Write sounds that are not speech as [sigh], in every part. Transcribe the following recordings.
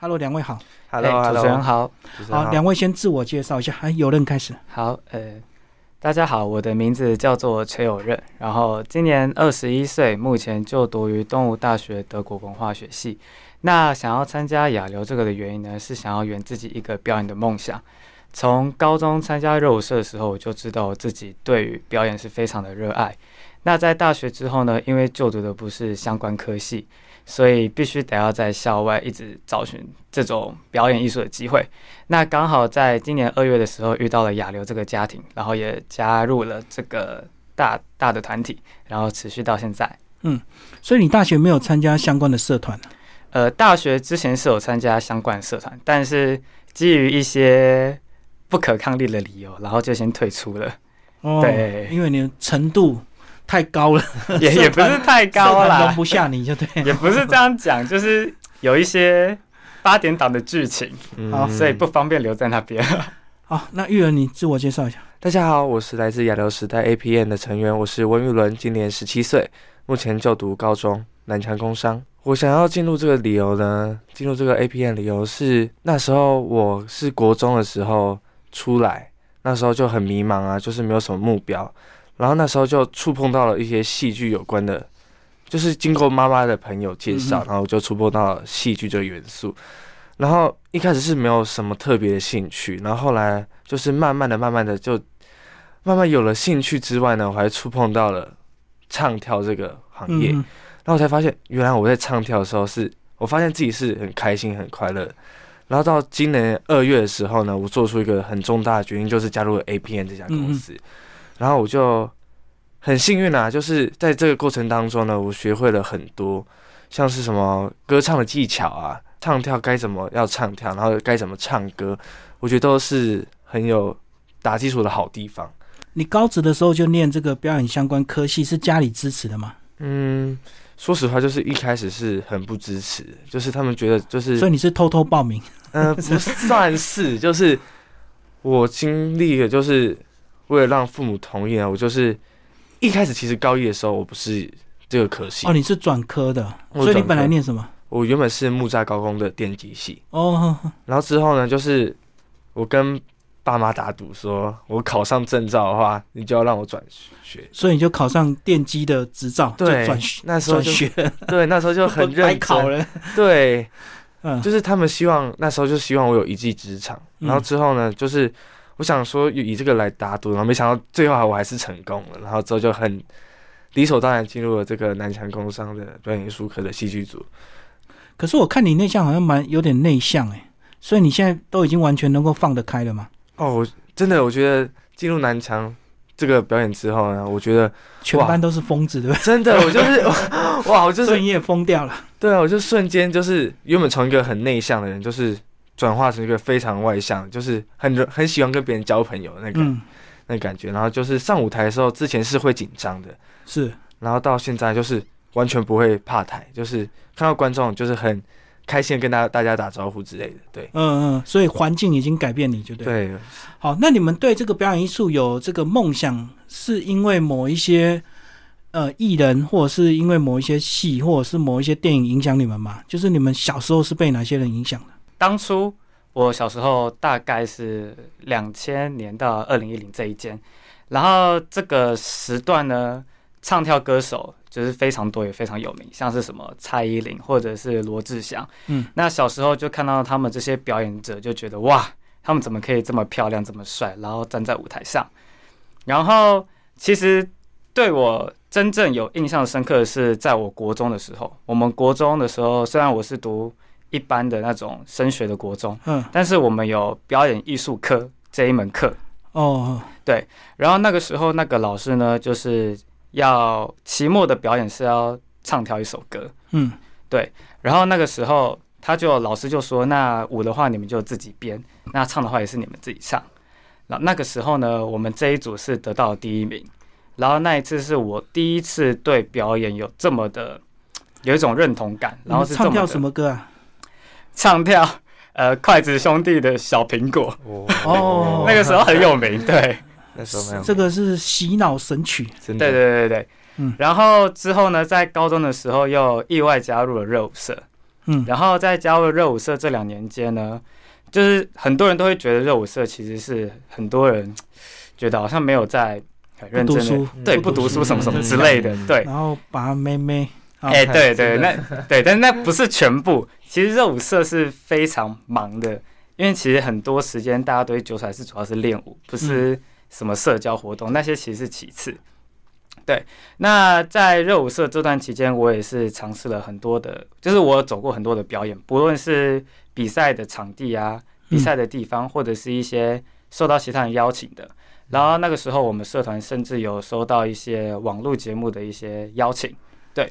Hello，两位好。哎 Hello，Hello，主持人好，主持人好，两位先自我介绍一下。哎，有人开始。好，呃，大家好，我的名字叫做崔友任，然后今年二十一岁，目前就读于东吴大学德国文化学系。那想要参加亚流这个的原因呢，是想要圆自己一个表演的梦想。从高中参加热舞社的时候，我就知道我自己对于表演是非常的热爱。那在大学之后呢，因为就读的不是相关科系，所以必须得要在校外一直找寻这种表演艺术的机会。那刚好在今年二月的时候遇到了亚流这个家庭，然后也加入了这个大大的团体，然后持续到现在。所以你大学没有参加相关的社团，啊呃，大学之前是有参加相关社团，但是基于一些不可抗力的理由，然后就先退出了。哦， [laughs] 对，因为你的程度太高 [laughs] 了，也也不是太高社团容啦，不下你就对。也不是这样讲，就是有一些八点档的剧情，嗯好所以不方便留在那边。好，那玉儿你自我介绍一下。大家好，我是来自亚流时代 APN 的成员，我是温玉伦，今年十七岁，目前就读高中南昌工商。我想要进入这个理由呢，进入这个 APN 理由是那时候我是国中的时候出来，那时候就很迷茫啊，就是没有什么目标，然后那时候就触碰到了一些戏剧有关的，就是经过妈妈的朋友介绍，嗯哼然后我就触碰到了戏剧这个元素。然后一开始是没有什么特别的兴趣，然后后来就是慢慢的、慢慢的就慢慢有了兴趣之外呢，我还触碰到了唱跳这个行业，嗯，然后我才发现，原来我在唱跳的时候是，我发现自己是很开心、很快乐的。然后到今年二月的时候呢，我做出一个很重大的决定，就是加入了 APN 这家公司。然后我就很幸运啊，就是在这个过程当中呢，我学会了很多，像是什么歌唱的技巧啊，唱跳该怎么要唱跳，然后该怎么唱歌，我觉得都是很有打基础的好地方。你高职的时候就念这个表演相关科系，是家里支持的吗？嗯，说实话，就是一开始是很不支持，就是他们觉得就是所以你是偷偷报名。 [laughs] 嗯，不算是，就是我经历的，就是为了让父母同意啊呢，我就是一开始其实高一的时候我不是这个科系，哦，你是转科的，我是所以你转科本来念什么？我原本是木栅高工的电机系，哦， [laughs] 然后之后呢，就是我跟爸妈打赌说，我考上证照的话，你就要让我转学。所以你就考上电机的执照，就对转学，那时候转就学对，那时候就很 [laughs] 白认考真， [laughs] 了。对，嗯， [laughs] 就是他们希望那时候就希望我有一技之长，嗯然后之后呢，就是我想说以这个来打赌，然后没想到最后我还是成功了，然后之后就很理所当然进入了这个南强工商的表演艺术科的戏剧组。可是我看你内向好像蛮有点内向哎、所以你现在都已经完全能够放得开了嘛？哦，我真的我觉得进入南强这个表演之后呢，我觉得全班都是疯子， [laughs] 对不对？真的我就是哇，我就 [laughs] 所以是你也疯掉了。对啊，我就瞬间就是原本从一个很内向的人，就是转化成一个非常外向，就是很很喜欢跟别人交朋友的那个。嗯，那感觉。然后就是上舞台的时候，之前是会紧张的，是然后到现在就是完全不会怕台，就是看到观众就是很开心地跟大大家打招呼之类的。对嗯嗯，所以环境已经改变你，就对。。对，好，那你们对这个表演艺术有这个梦想，是因为某一些呃艺人，或者是因为某一些戏，或者是某一些电影影响你们吗？就是你们小时候是被哪些人影响的？当初我小时候大概是两千年到二零一零这一间，然后这个时段呢，唱跳歌手就是非常多，也非常有名，像是什么蔡依林或者是罗志祥。嗯，那小时候就看到他们这些表演者，就觉得哇，他们怎么可以这么漂亮、这么帅，然后站在舞台上？然后其实对我真正有印象深刻的是，在我国中的时候，我们国中的时候，虽然我是读一般的那种升学的国中，嗯，但是我们有表演艺术科这一门课。哦，然后那个时候，那个老师呢，就是要期末的表演是要唱跳一首歌。嗯，然后那个时候，他就老师就说：“那舞的话你们就自己编，那唱的话也是你们自己唱。”那那个时候呢，我们这一组是得到了第一名。然后那一次是我第一次对表演有这么的有一种认同感，然后你是们这么唱的 [laughs] 跳什么歌啊？唱跳，呃，筷子兄弟的小苹果，哦那个时候很有名，对。那时候没有这个是洗脑神曲。真的 [laughs] 对对对对，嗯然后之后呢，在高中的时候又意外加入了热舞社，嗯然后在加入热舞社这两年间呢，就是很多人都会觉得热舞社其实是很多人觉得好像没有在很认不读真的书，对不不读读书书什么什么嗯之类的嗯，对。然后把妹妹，啊哎、对对，真的那对，但是那不是全部。其实热舞社是非常忙的，因为其实很多时间大家都会纠缠是主要是练舞，不是什么社交活动，那些其实是其次。对，那在热舞社这段期间，我也是尝试了很多的，就是我有走过很多的表演，不论是比赛的场地啊、比赛的地方，或者是一些受到其他人邀请的。然后那个时候，我们社团甚至有收到一些网络节目的一些邀请。对，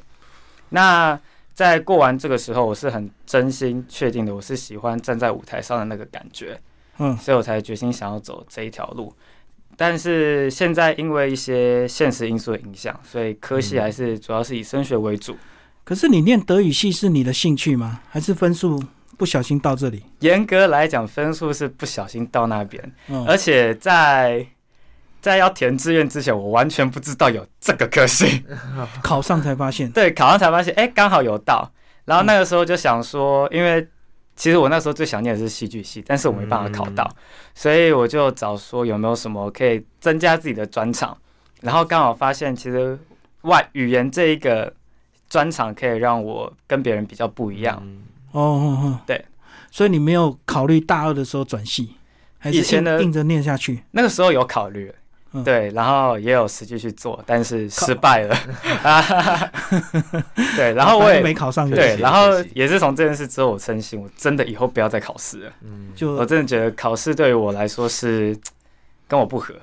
那在过完这个时候，我是很真心确定的，我是喜欢站在舞台上的那个感觉，嗯所以我才决心想要走这一条路。但是现在因为一些现实因素的影响，所以科系嗯还是主要是以升学为主。可是你念德语系是你的兴趣吗？还是分数不小心到这里？严格来讲，分数是不小心到那边，嗯，而且在在要填志愿之前，我完全不知道有这个科系。考上才发现，对，考上才发现，哎、刚好有到。嗯然后那个时候就想说，因为其实我那时候最想念的是戏剧系，但是我没办法考到，嗯所以我就找说有没有什么可以增加自己的专长。然后刚好发现，其实外语言这一个专长可以让我跟别人比较不一样。嗯哦哦哦，对，所以你没有考虑大二的时候转系，还是以前硬的硬着念下去？那个时候有考虑嗯。对，然后也有实际去做，但是失败了。啊 [laughs] 对，然后我反正也没考上，可对，惜然后可惜也是从这件事之后，我深信我真的以后不要再考试了。嗯就我真的觉得考试对于我来说是跟我不合。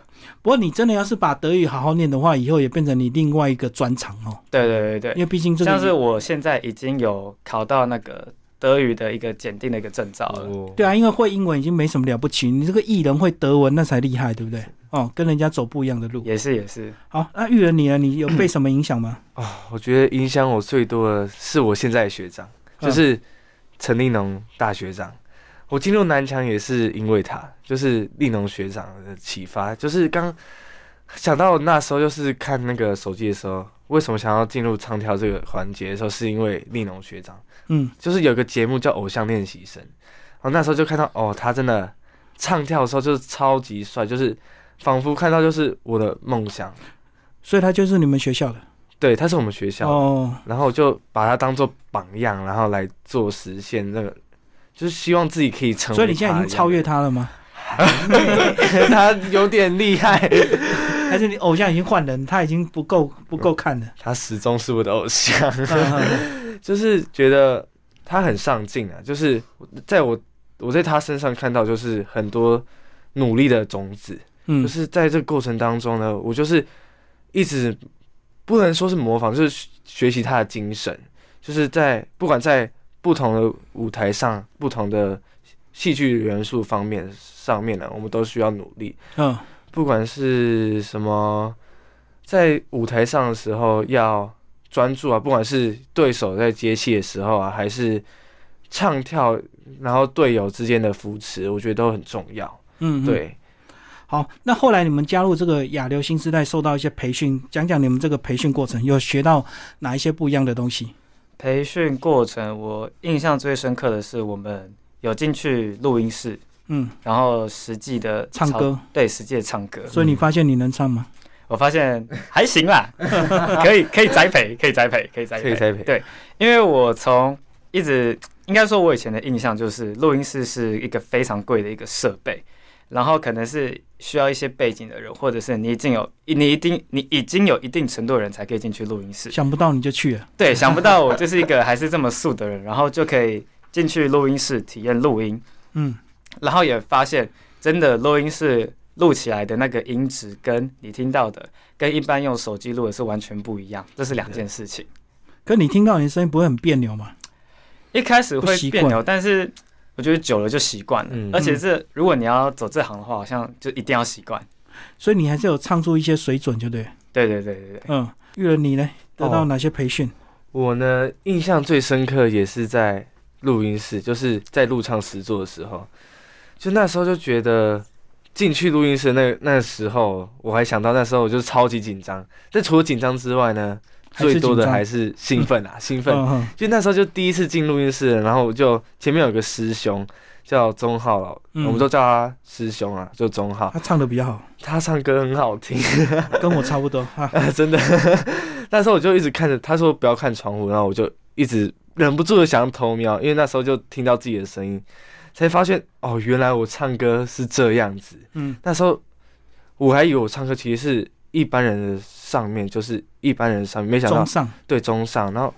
不过你真的要是把德语好好念的话，以后也变成你另外一个专长哦，对对对因对为毕竟这对，像是个我现在已经有考到那个德语的一个检定的一个证照了。哦对啊，因为会英文已经没什么了不起，你这个艺人会德文那才厉害，对不对？哦，跟人家走不一样的路。也是也是，好，那玉人你呢？你有被什么影响 [coughs] 吗？啊，我觉得影响我最多的是我现在的学长，就是陈立农大学长。我进入南强也是因为他，就是立农学长的启发。就是刚想到那时候，就是看那个手机的时候，为什么想要进入唱跳这个环节的时候，是因为立农学长，嗯就是有个节目叫《偶像练习生》，然后那时候就看到哦，他真的唱跳的时候就是超级帅，就是仿佛看到就是我的梦想。所以他就是你们学校的对，他是我们学校的哦，然后我就把它当做榜样，然后来做实现那个，就是希望自己可以成为。所以你现在已经超越，他了吗？他有点厉害，还是你偶像已经换人，他已经不够不够看了？他始终 [laughs] 是我啊的偶像，嗯就是觉得他很上进啊，就是在我我在他身上看到就是很多努力的种子，就嗯是在这个过程当中呢，我就是一直不能说是模仿，就是学学习他的精神，就是在不管在不同的舞台上、不同的戏剧元素方面上面呢，我们都需要努力。嗯不管是什么，在舞台上的时候要专注啊，不管是对手在接戏的时候啊，还是唱跳，然后队友之间的扶持，我觉得都很重要。嗯，嗯。对。好，那后来你们加入这个亚流新时代，受到一些培训，讲讲你们这个培训过程，有学到哪一些不一样的东西？培训过程我印象最深刻的是我们有进去录音室，嗯，然后实际的唱，歌，对，实际的唱歌，所以你发现你能唱吗？我发现还行啦，可以可以栽培，可以栽培，可以栽可以培。栽培。对因为我从一直应该说，我以前的印象就是录音室是一个非常贵的一个设备，然后可能是需要一些背景的人，或者是你已经有你一定你已经有一定程度的人才可以进去录音嗯室。想不到你就去了，对，想不到我就是一个还是这么素的人，然后就可以进去录音室体验录音，嗯，然后也发现真的录音室录起来的那个音质跟你听到的跟一般用手机录的是完全不一样，这是两件事情。可你听到你的声音不会很别扭吗？一开始不会习别惯扭，但是我觉得久了就习惯了。嗯而且这如果你要走这行的话，好像就一定要习惯。所以你还是有唱出一些水准，就对了。对对对对对，嗯，玉人你呢？得哦到哪些培训？我呢，印象最深刻也是在录音室，就是在录唱实作的时候，就那时候就觉得进去录音室那那时候，我还想到那时候我就超级紧张。但除了紧张之外呢，还是最多的紧张还是兴奋 [laughs] 啊，兴奋。嗯哼就那时候就第一次进录音室，然后我就前面有个师兄叫钟浩老，嗯我们都叫他师兄啊，就钟浩，他唱的比较好，他唱歌很好听，跟我差不多啊 [laughs] 哈。真的。那时候我就一直看着，他说不要看窗户，然后我就一直忍不住的想要偷瞄，因为那时候就听到自己的声音，才发现哦，原来我唱歌是这样子。嗯那时候我还以为我唱歌其实是一般人的上面，就是一般人上面，没想到中上对中上，然后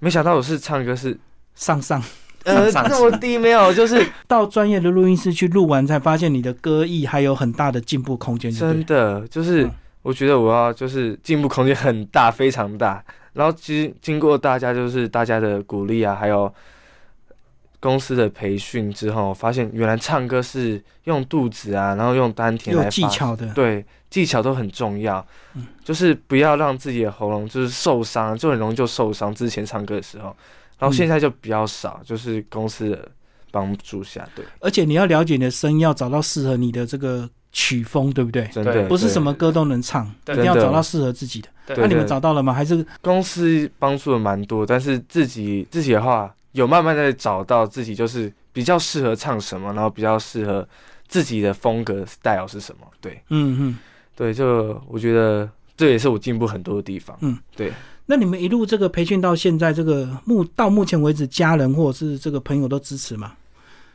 没想到我是唱歌是上上呃上上这么低没有，就是到专业的录音室去录完，才发现你的歌艺还有很大的进步空间。真对的就是嗯我觉得我要就是进步空间很大，非常大。然后其实经过大家就是大家的鼓励啊，还有公司的培训之后，我发现原来唱歌是用肚子啊，然后用丹不对田有来发技，巧的，对技巧都很重要。嗯就是不要让自己的喉咙就是受伤，就很容易就受伤。之前唱歌的时候，然后嗯现在就比较少，就是公司的帮助下，对，而且你要了解你的声音，要找到适合你的这个曲风，对不对？真的对不是对什么歌都能唱，一对定要真的找到适合自己的。啊对那你们对找到了吗？还是公司帮助了蛮多，但是自己自己的话，有慢慢在找到自己就是比较适合唱什么，然后比较适合自己的风格 style 是什么。对嗯嗯。对，就我觉得这也是我进步很多的地方。那你们一路这个培训到现在，这个目到目前为止，家人或者是这个朋友都支持吗？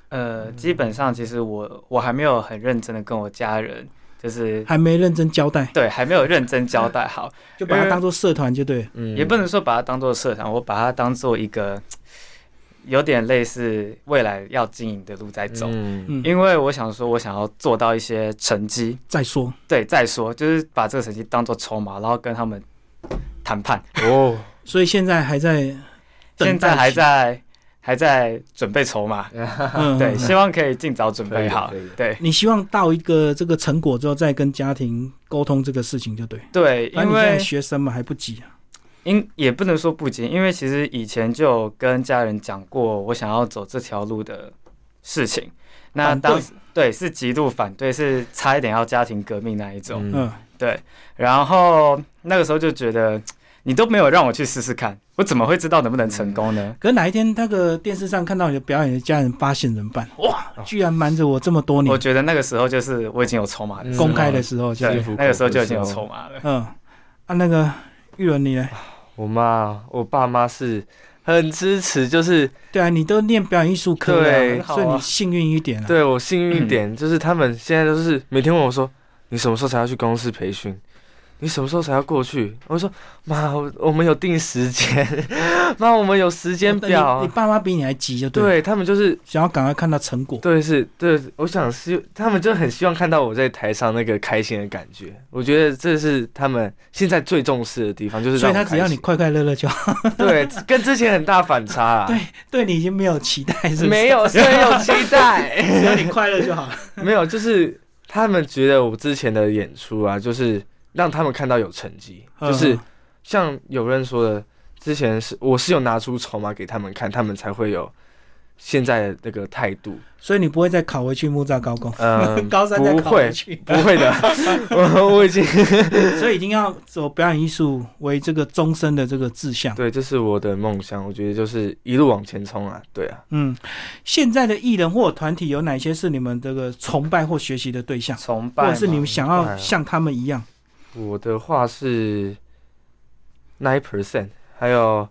呃，基本上其实我我还没有很认真的跟我家人，就是还没认真交代，对还没有认真交代好，就把它当做社团就对了。嗯也不能说把它当做社团，我把它当做一个有点类似未来要经营的路在走，嗯 [laughs] 嗯，因为我想说，我想要做到一些成绩，再说，对，再说就是把这个成绩当做筹码，然后跟他们谈判。哦，所以现在还在等待期，现在还在还在准备筹码，嗯，对，嗯希望可以尽早准可以备的好可以的，对你希望到一个这个成果之后，再跟家庭沟通这个事情就对。对，反正你因现在为学生嘛，还不急啊。因也不能说不急，因为其实以前就有跟家人讲过我想要走这条路的事情，那反对当时对是极度反对，是差一点要家庭革命那一种，嗯，对，然后那个时候就觉得你都没有让我去试试看，我怎么会知道能不能成功呢？可是哪一天那个电视上看到你的表演，家人发现怎么办？哇，居然瞒着我这么多我年，觉得那个时候就是我已经有筹码了，嗯嗯公开的时候就对是，幸福，那个时候苦就已经有的时候筹码了。嗯，啊，那个玉伦你呢？我妈我爸妈是很支持，就是对啊，你都念表演艺术科对了很啊，好啊所以你幸运一点啊。对我幸运一点，就是他们现在都是每天问我说：“你什么时候才要去公司培训？你什么时候才要过去？”我说：“妈，我我们有定时间， [laughs] 妈，我们有时间啊哦你表你。爸妈比你还急就对了，对”他们就是想要赶快看到成果。对是对，我想是他们就很希望看到我在台上那个开心的感觉。我觉得这是他们现在最重视的地方，就是所以让他我只要开你心快快乐乐就好， [laughs] 对，跟之前很大反差啊。对对你已经没有期待，是不是？没，有，虽然有期待。只要你快乐就好。没有，就是他们觉得我之前的演出啊，就是让他们看到有成绩，就是嗯像有人说的，之前是我是有拿出筹码给他们看，他们才会有现在的那个态度。 [laughs] 所以你不会再考回去木栅高工，， [laughs] 嗯高三再不考回会，去， [laughs] 不会的，我我已经 [laughs] 所以一定要走表演艺术为这个终身的这个志向。对，这是我的梦想，我觉得就是一路往前冲啊，对啊，嗯，现在的艺人或团体有哪些是你们这个崇拜或学习的对象，崇拜或吗，者是你们想要崇拜啊像他们一样？我的话是 nine percent，还有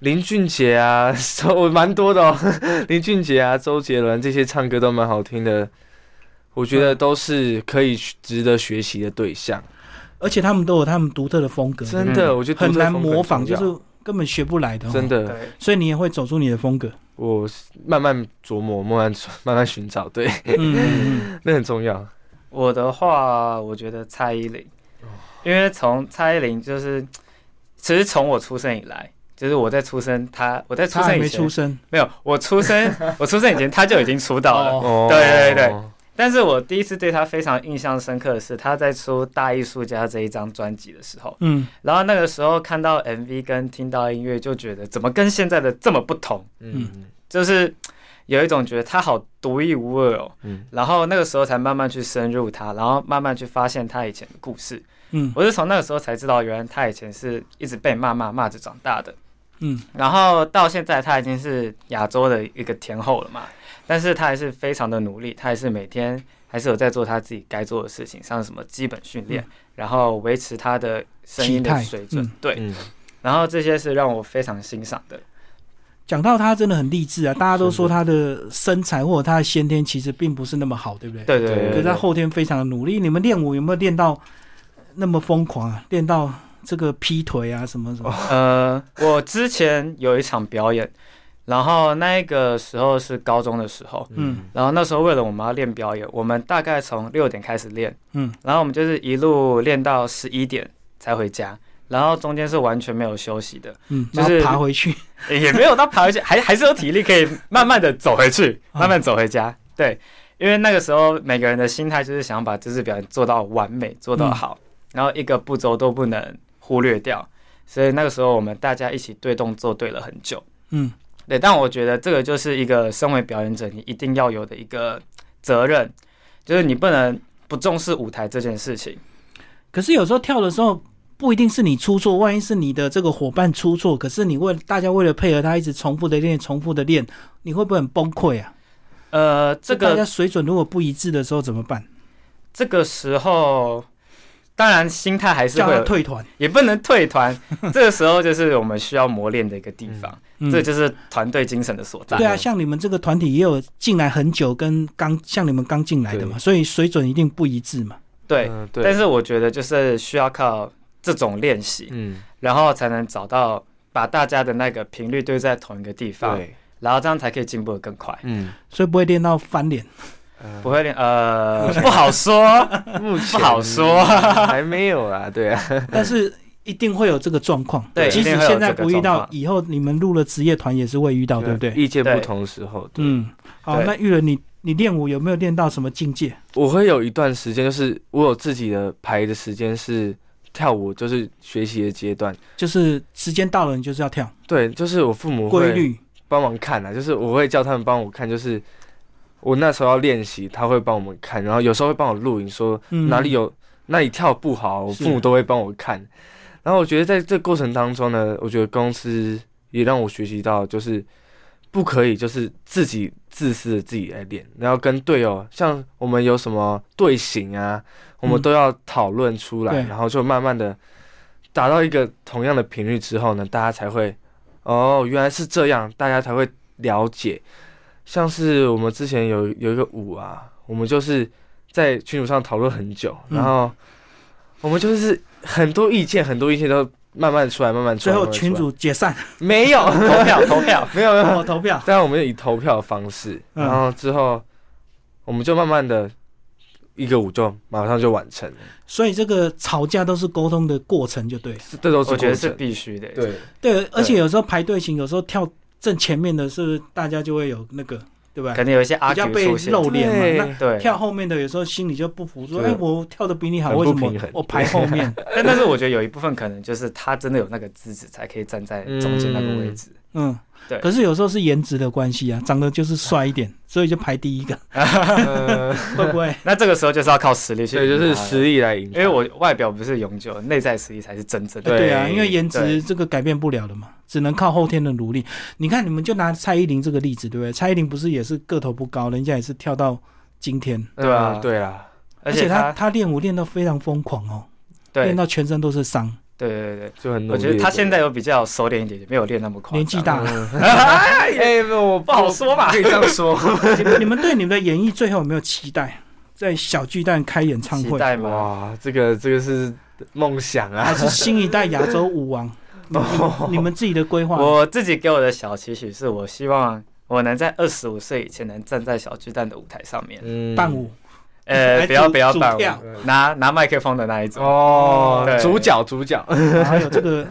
林俊杰啊， [laughs] 周我蛮多的哦， [laughs] 林俊杰啊，周杰伦这些唱歌都蛮好听的，我觉嗯得都是可以学值得学习的对象。而且他们都有他们独特的风格，真的，嗯我觉得很难啊独特风格模仿，很重就要是根本学不来的、哦。真，的，对，所以你也会走出你的风 [laughs] 格。我慢慢琢磨，慢慢 [laughs] 慢慢寻找，对， [laughs] 嗯嗯嗯，那很重要。我的话，我觉得蔡依林，因为从蔡依林就是，其实从我出生以来，就是我在出生，她我在出他还生以没 [laughs] 前出生，没有，我出生我出生以前她就已经出道了。哦对对对， [laughs] 但是我第一次对她非常印象深刻的是，她在出《大艺术家》这一张专辑的时候，嗯，然后那个时候看到 MV 跟听到音乐，就觉得怎么跟现在的这么不同，嗯，就是有一种觉得它好独一无二哦。嗯然后那个时候才慢慢去深入它，然后慢慢去发现它以前的故事。嗯我是从那个时候才知道，原来他以前是一直被骂骂骂着长大的。嗯然后到现在，他已经是亚洲的一个天后了嘛。但是他还是非常的努力，他还是每天还是有在做他自己该做的事情，像什么基本训练，然后维持他的声音嗯体的态水准。嗯对，嗯，然后这些是让我非常欣赏的。讲到他真的很励志嗯啊，大家都说他的身材或者他的先天其实并不是那么好，对不对？对对对对可对是他对，后天非常的努力。你们练舞有没有练到那么疯狂啊？练到这个劈腿啊什么什么？呃，我之前有一场表演，然后那个时候是高中的时候，嗯然后那时候为了我们要练表演，我们大概从六点开始练，嗯，然后我们就是一路练到十一点才回家，然后中间是完全没有休息的，嗯，就然是后爬回去。也没有到爬回去，还还是有体力可以慢慢的走回去，啊慢慢走回家。对，因为那个时候每个人的心态就是想把这次表演做到完美，做到好，然后一个步骤都不能忽略掉，所以那个时候我们大家一起对动作对了很久。嗯对，但我觉得这个就是一个身为表演者你一定要有的一个责任，就是你不能不重视舞台这件事情。可是有时候跳的时候不一定是你出错，万一是你的这个伙伴出错，可是你为大家为了配合他一直重复的练、重复的练，你会不会很崩溃啊？呃，这大家个水准如果不一致的时候怎么办？这个时候，当然心态还是叫会他有，退团。也不能 [laughs] 退团。这个时候就是我们需要磨练的一个地方，嗯这就是团队精神的所在。对啊，像你们这个团体也有进来很久，跟刚像你们刚进来的嘛，所以水准一定不一致嘛。对，嗯对，但是我觉得就是需要靠这种练习，嗯，然后才能找到把大家的那个频率对在同一个地方，对，然后这样才可以进步的更快。嗯，所以不会练到翻 [laughs] 脸。嗯呃不会练，呃，不好 [laughs] 说。目前嗯不好说还没有啦，对啊，但是一定会有这个状况。对即使一定会有现在不遇这个到状，况以后你们入了职业团也是会遇哦到，对不对？意见对不同时候，对，嗯，好，对那玉人，你你练舞有没有练到什么境界？我会有一段时间，就是我有自己的排的时间是跳舞，就是学习的阶段。就是时间到了，你就是要跳，对，就是我父母规会律。帮忙看啊，就是我会叫他们帮我看，就是我那时候要练习，他会帮我们看，然后有时候会帮我录影，说嗯哪里有那里跳不好，我是父母都会帮我看。然后我觉得在这过程当中呢，我觉得公司也让我学习到，就是不可以就是自己自私的自己来练，然后跟队友，像我们有什么队形啊，我们嗯都要讨论出来，对然后就慢慢的达到一个同样的频率之后呢，大家才会哦，原来是这样，大家才会了解。像是我们之前有有一个舞啊，我们就是在群组上讨论很久，嗯然后我们就是很多意见，很多意见都慢慢出来，慢慢出最来。后慢慢出来群主解 [laughs] 散，没有投票，投票。没有没有，我投票。但我们以投票的方式，嗯然后之后我们就慢慢的一个舞就马上就完成了，所以这个吵架都是沟通的过程，就对了。这这都是我觉得过是程。必须的。，对，对，而且有时候排队型，有时候跳正前面的是不是大家就会有那个，对吧可？能有一些阿比较 Q 被出现。露脸嘛，那对对，跳后面的有时候心里就不服，说：“对哎，我跳的比你好，很不为什么平衡我排后面但但是我觉得有一部分可能就是他真的有那个资质，才可以站在中间那个位置。？”嗯，对可是有时候是颜值的关系啊，长得就是帅一点，所以就排第一个， [laughs] 呃会不会？那这个时候就是要靠实力去，所以就是实，力来赢他。因为我外表不是永久，内在实力才是真正的。对对啊，因为颜对值这个改变不了的嘛，只能靠后天的努力。你看，你们就拿蔡依林这个例子，对不对？蔡依林不是也是个头不高，人家也是跳到今天，对啊嗯对啦，而且且她他，她练舞练到非常疯狂哦，对练到全身都是伤，对对对，就很努我力。觉得他现在有比较收敛一点，没有练那么快。年纪大了。哎，哎没有我不 [laughs] 好说吧可以这样说。你 [laughs] 们你们对你们的演绎最后有没有期待？在小巨蛋开演唱期会，待吗？哇，这个这个是梦想啊还！是新一代亚洲舞 [laughs] 王？你们你们自己的规划？我自己给我的小期许是，我希望我能在二十五岁以前能站在小巨蛋的舞台上面。嗯伴舞，呃，还不要主不要主伴舞跳，拿拿麦克风的那一种。哦对，主角主角，还啊有这个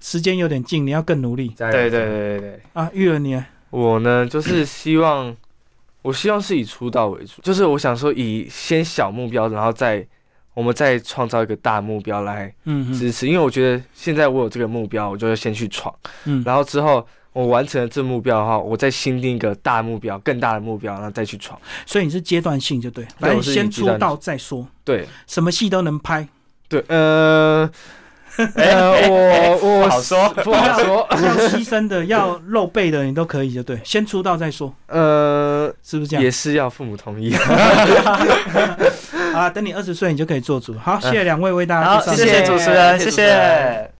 时间有点近，你要更努力对对对对对对，啊！玉儿你呢，我呢，就是希望，我希望是以出道为主，就是我想说以先小目标，然后再我们再创造一个大目标来嗯支持，因为我觉得现在我有这个目标，我就先去闯，嗯嗯然后之后我完成了这目标的话，我再新定一个大目标、更大的目标，然后再去闯。所以你是阶段性就对，反正我是先以阶出段道再说，对什么戏都能拍。 [laughs] 对， [laughs] 呃，呃，我我不好说不好说，要牺牲的、要露背的，你都可以，就对，先出道再说，呃，是不是这也样？是要父母同意。啊好啦，等你二十岁，你就可以做主。好，谢谢两位为大家嗯好，介绍。谢谢主持人，谢谢谢主持人谢。